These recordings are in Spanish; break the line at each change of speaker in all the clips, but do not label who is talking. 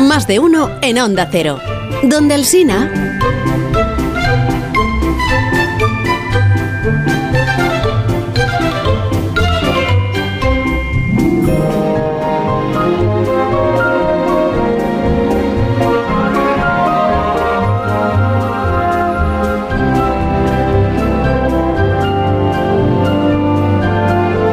Más de uno en Onda Cero. Donde el Sina.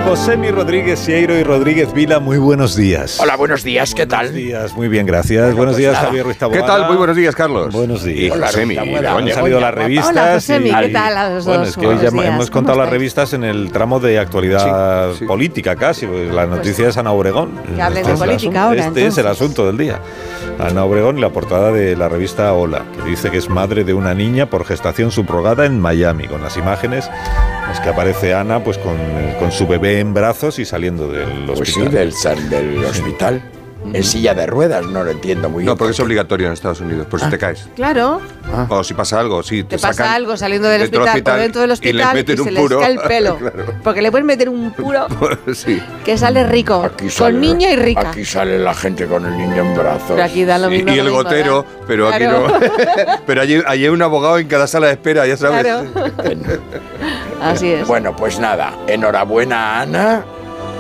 Josemi Rodríguez Sieiro y Rodríguez Vila, muy buenos días.
Hola, buenos días, ¿qué tal?
Buenos días, muy bien, gracias. buenos días, Javier Ruiz
pues ¿Qué
Taboada.
tal? Muy buenos días, Carlos.
Buenos días.
Pues, Hola, Josemi.
Taboada.
Begoña.
Han salido las revistas.
Hola, Josemi,
y-
¿qué tal a los
Bueno,
dos?
es que hoy ya
Buenos días,
hemos
¿cómo
contado las
estáis?
revistas en el tramo de actualidad
Sí, sí.
política casi, pues, la noticia es Ana Obregón.
Que hablen
Este
de
es el
política
asunto-
ahora,
Este es el
entonces.
asunto del día. Ana Obregón y la portada de la revista Hola, que dice que es madre de una niña por gestación subrogada en Miami, con las imágenes en las que aparece Ana pues con, con su bebé en brazos y saliendo del hospital.
Pues sí, del, san- del hospital. En silla de ruedas, no lo entiendo muy bien.
No, porque es obligatorio en Estados Unidos, por si te caes.
Claro,
O si pasa algo, sí.
Ah. te
sacan
pasa algo saliendo del
dentro
hospital, por dentro del hospital
Y le meten
se
un
les
puro.
cae el pelo. Porque le pueden meter un puro
Claro. sí.
que sale rico,
Aquí sale-
con niña y rica.
Aquí sale la gente con el niño en brazos.
Pero aquí da lo
Y,
mismo.
y
lo
el
mismo,
gotero,
da.
pero aquí
Claro.
no. pero allí, allí hay un abogado en cada sala de espera, ya sabes.
Claro. Así es.
Bueno, pues nada, enhorabuena a Ana.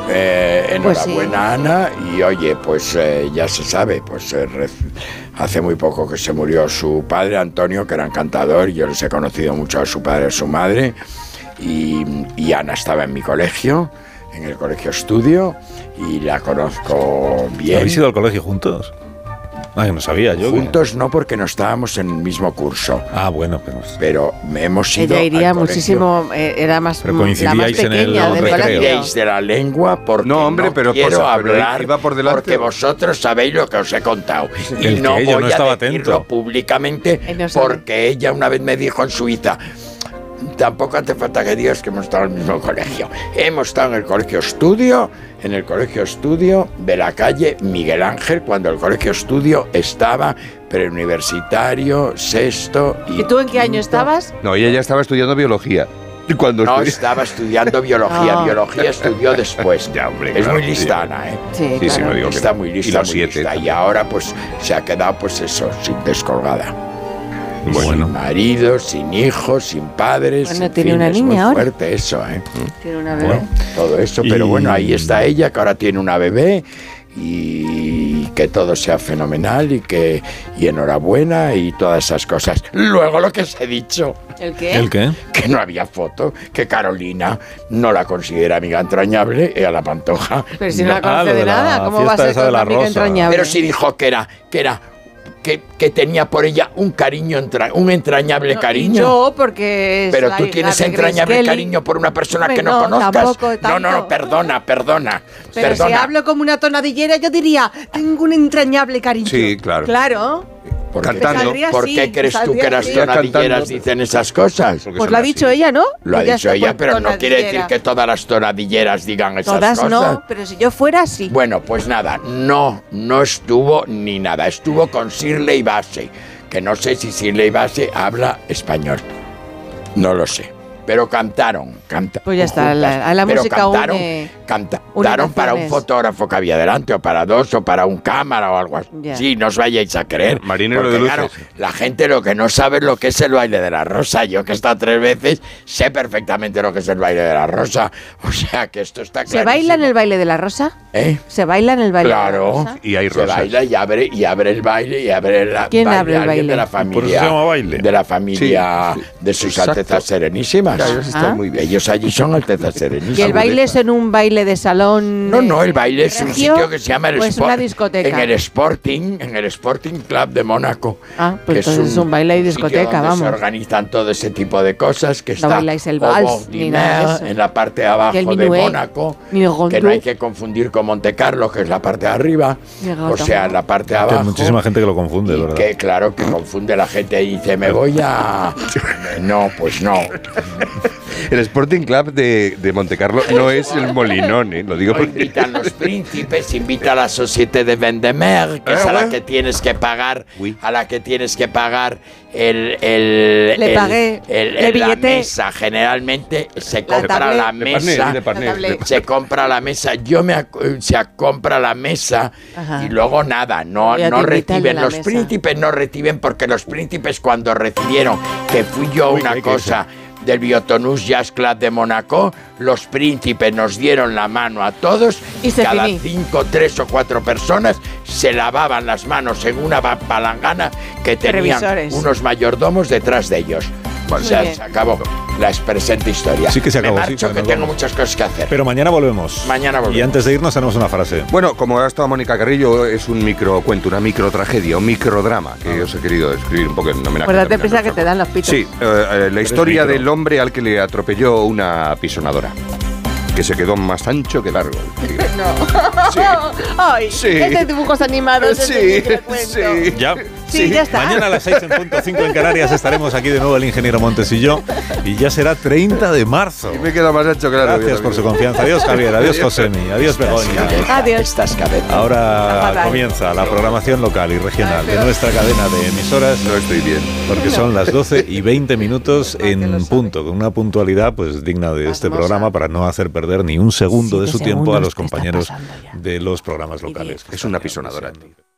eh,
Pues sí.
enhorabuena a Ana. Y oye, pues eh, ya se sabe, pues eh, rec- hace muy poco que se murió su padre, Antonio, que era encantador. Yo les he conocido mucho a su padre y a su madre. Y, y Ana estaba en mi colegio, en el colegio estudio, y la conozco bien.
¿Habéis ido al colegio juntos? Ay, no sabía yo. que-
Juntos no, porque no estábamos en el mismo curso,
Ah, bueno, pero...
pero hemos ido.
Ella iría
al colegio.
muchísimo, eh, era más,
Pero
mm, la más
coincidíais en el
pequeña del
recreo.
colegio.
Habléis de la lengua porque
No, hombre, pero
quiero
por- pero
hablar
iba por delante.
porque vosotros sabéis lo que os he contado y
El
no
que ella
voy
no
a
estaba
decirlo
atento.
públicamente
Él no sabe.
porque ella una vez me dijo en Suiza Tampoco hace falta que digas que hemos estado en el mismo colegio. Hemos estado en el colegio estudio, en el colegio estudio de la calle Miguel Ángel, cuando el colegio estudio estaba preuniversitario, sexto y.
¿Y tú en qué año estabas?
No, ella ya estaba estudiando biología. Y cuando
No,
estudié-
estaba estudiando biología.
Ah.
Biología estudió después.
Ya, hombre,
es
claro,
muy
sí.
lista, Ana, ¿eh?
Sí,
Sí, sí,
claro.
me digo. que
está
no.
muy
Y
lista,
los
muy
siete
lista. Y
también.
ahora pues se ha quedado pues eso, sin descolgada. Sin
Bueno,
marido, sin hijos, sin padres.
Bueno,
en
tiene
fin,
una
es
niña
muy
ahora.
fuerte eso, ¿eh?
Tiene una bebé.
bueno.
Todo eso, pero
Y-
bueno, ahí está ella, que ahora tiene una bebé y que todo sea fenomenal y que y enhorabuena y todas esas cosas. Luego lo que os he dicho.
¿El
¿Eh?
qué?
¿El qué?
que no había foto, que Carolina no la considera amiga entrañable eh, a la pantoja.
Pero si no, la
Ah, lo
conoce
de
de
la
nada, ¿cómo va a
fiesta
ser
esa de
tan
la
amiga
rosa.
entrañable?
Pero sí dijo que era, que era, que, que tenía por ella un cariño, entra- un entrañable
No, y
cariño.
Yo, porque es
pero
la
tú
hija
tienes
de Grace
entrañable
Kelly.
cariño por una persona
Hombre,
que no,
no,
conozcas.
tampoco
no, no, no,
tanto.
perdona, perdona.
Pero si
perdona.
hablo como una tonadillera, yo diría, tengo un entrañable cariño.
Sí, claro.
Claro.
¿Por, qué-
Cantando.
¿por qué,
pues Saldría así, pues
crees tú
saldría
que las
así.
tonadilleras
Cantando.
dicen esas cosas?
Porque
Pues
son
lo ha
así.
dicho ella, ¿no?
Lo ha dicho
Pues está
ella,
por
pero no quiere decir
tonadillera.
que todas las tonadilleras digan esas
Todas
cosas.
no, pero si yo fuera así.
Bueno, pues nada, no, no estuvo ni nada. Estuvo con Shirley Bassey, que no sé si Shirley Bassey habla español. No lo sé. Pero cantaron, cantaron.
Pues ya está, la- a la música
cantaron,
une-
canta-
une
cantaron para un
naciones.
fotógrafo que había delante, o para dos, o para un cámara o algo así.
Ya.
Sí, no os vayáis a creer.
Marinero
porque,
de luces.
claro, la gente lo que no sabe es lo que es el baile de la rosa. Yo que he estado tres veces, sé perfectamente lo que es el baile de la rosa. O sea que esto está claro.
¿Se baila en el baile de la rosa?
¿Eh?
¿Se baila en el baile de la
Claro.
rosa?
Y hay
Se
rosas.
baila y abre, y abre el baile y abre la
¿Quién abre el
alguien
baile?
De la
Por
familia.
eso se llama baile.
De la familia
Sí, sí.
de sus
Exacto.
altezas serenísimas.
Mira, ellos están
Ah.
muy bien.
Ellos allí son altezas serenísimas.
¿Y el baile es en un baile de salón?
No, no, el
eh,
baile es un
regio,
sitio que se llama el
o es
Sport-
pues, una discoteca.
En el Sporting, en el Sporting Club de Mónaco.
Ah, pues
que
entonces es un baile y
sitio
discoteca,
donde
vamos.
Se organizan todo ese tipo de cosas que
No
está
bailáis el
au
vals
bord
ni nada de
diner,
eso.
en la parte de abajo
Y el
de
minué,
Mónaco,
ni el gondú.
que no hay que confundir con Monte Carlo, que es la parte de arriba.
Ni el
O sea,
gondú.
la parte de
Que hay
abajo.
muchísima gente que lo confunde,
Y
¿verdad?
que claro que confunde la gente y dice, me voy a... No, pues no.
El Sporting Club de, de Montecarlo no es el Molinón, ¿eh? Lo digo
No
porque...
invitan los príncipes, invita a la Societe de Vendemer, que
Eh,
es a la
bueno.
que tienes que pagar,
Uy.
a la que tienes que pagar el, el, el-
Le pagué,
el-
le
el- la
billete.
mesa. Generalmente se
La
compra
tablet.
la
De Parnell,
mesa.
de Parnell,
Notable.
de-
Se compra la mesa, yo me acu- se compra la mesa
Ajá.
y luego nada, no,
Ya te
no
invitan a
reciben.
la
Los
mesa.
príncipes no reciben porque los príncipes cuando recibieron, que fui yo
Uy,
una
qué- qué-
cosa del Biotonus Jazz Club de Mónaco, los príncipes nos dieron la mano a todos
Y se
cada
finí.
cinco, tres o cuatro personas se lavaban las manos en una ba- palangana que tenían
Revisores.
unos mayordomos detrás de ellos. O sea,
bien.
se acabó la presente historia.
Sí que se acabó,
Me
sí,
marcho
que
que
nos
tengo
vamos.
muchas cosas que hacer.
Pero mañana volvemos.
Mañana volvemos.
Y antes de irnos tenemos una frase.
Bueno, como ha estado Mónica Carrillo, es un microcuento, una microtragedia, un microdrama que os he querido escribir un poco en homenaje.
Acuérdate,
también a
Pues prisa, que
nuestro-
te dan los pitos.
Sí, eh, eh, la historia
micro.
del hombre al que le atropelló una apisonadora, que se quedó más ancho que largo. Sí,
Ay,
Sí.
estos dibujos animados. este es de
sí,
microcuento.
sí.
Ya.
Sí, ya está.
Mañana a las 6 en punto 5 en Canarias estaremos aquí de nuevo el ingeniero Montes y yo. Y ya será 30 de marzo.
Y me he quedado más ancho que largo. yo
Gracias por su
también.
confianza. Adiós Javier, adiós Josemi, adiós Begoña.
Adiós.
Estas cabezas.
Ahora comienza la programación local y regional de nuestra cadena de emisoras.
No estoy bien.
Porque son las 12 y 20 minutos
Ah,
en punto, con una puntualidad pues digna de este programa para no hacer perder ni un segundo de
Siete
su tiempo
segundos
a los
te está
compañeros
pasando ya.
de los programas locales.
Es una pisonadora, tío.